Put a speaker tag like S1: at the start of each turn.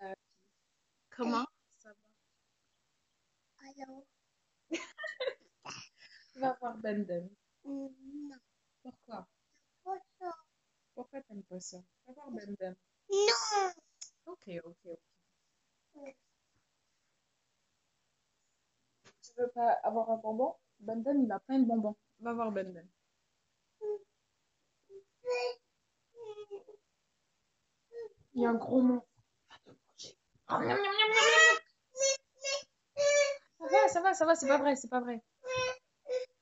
S1: La- Euh, Comment? Ça
S2: Allô?
S1: va Va voir Bendem.
S2: Non.
S1: Pourquoi?
S2: Bonjour.
S1: Pourquoi t'aimes pas ça? Va voir Bendem.
S2: Non.
S1: Ok, ok, ok. Tu veux pas avoir un bonbon? Bendem, il a plein de bonbons. Va voir Ben Bendem. Il y a un gros monstre. Va te manger. Ça va, ça va, ça va, c'est pas vrai, c'est pas vrai.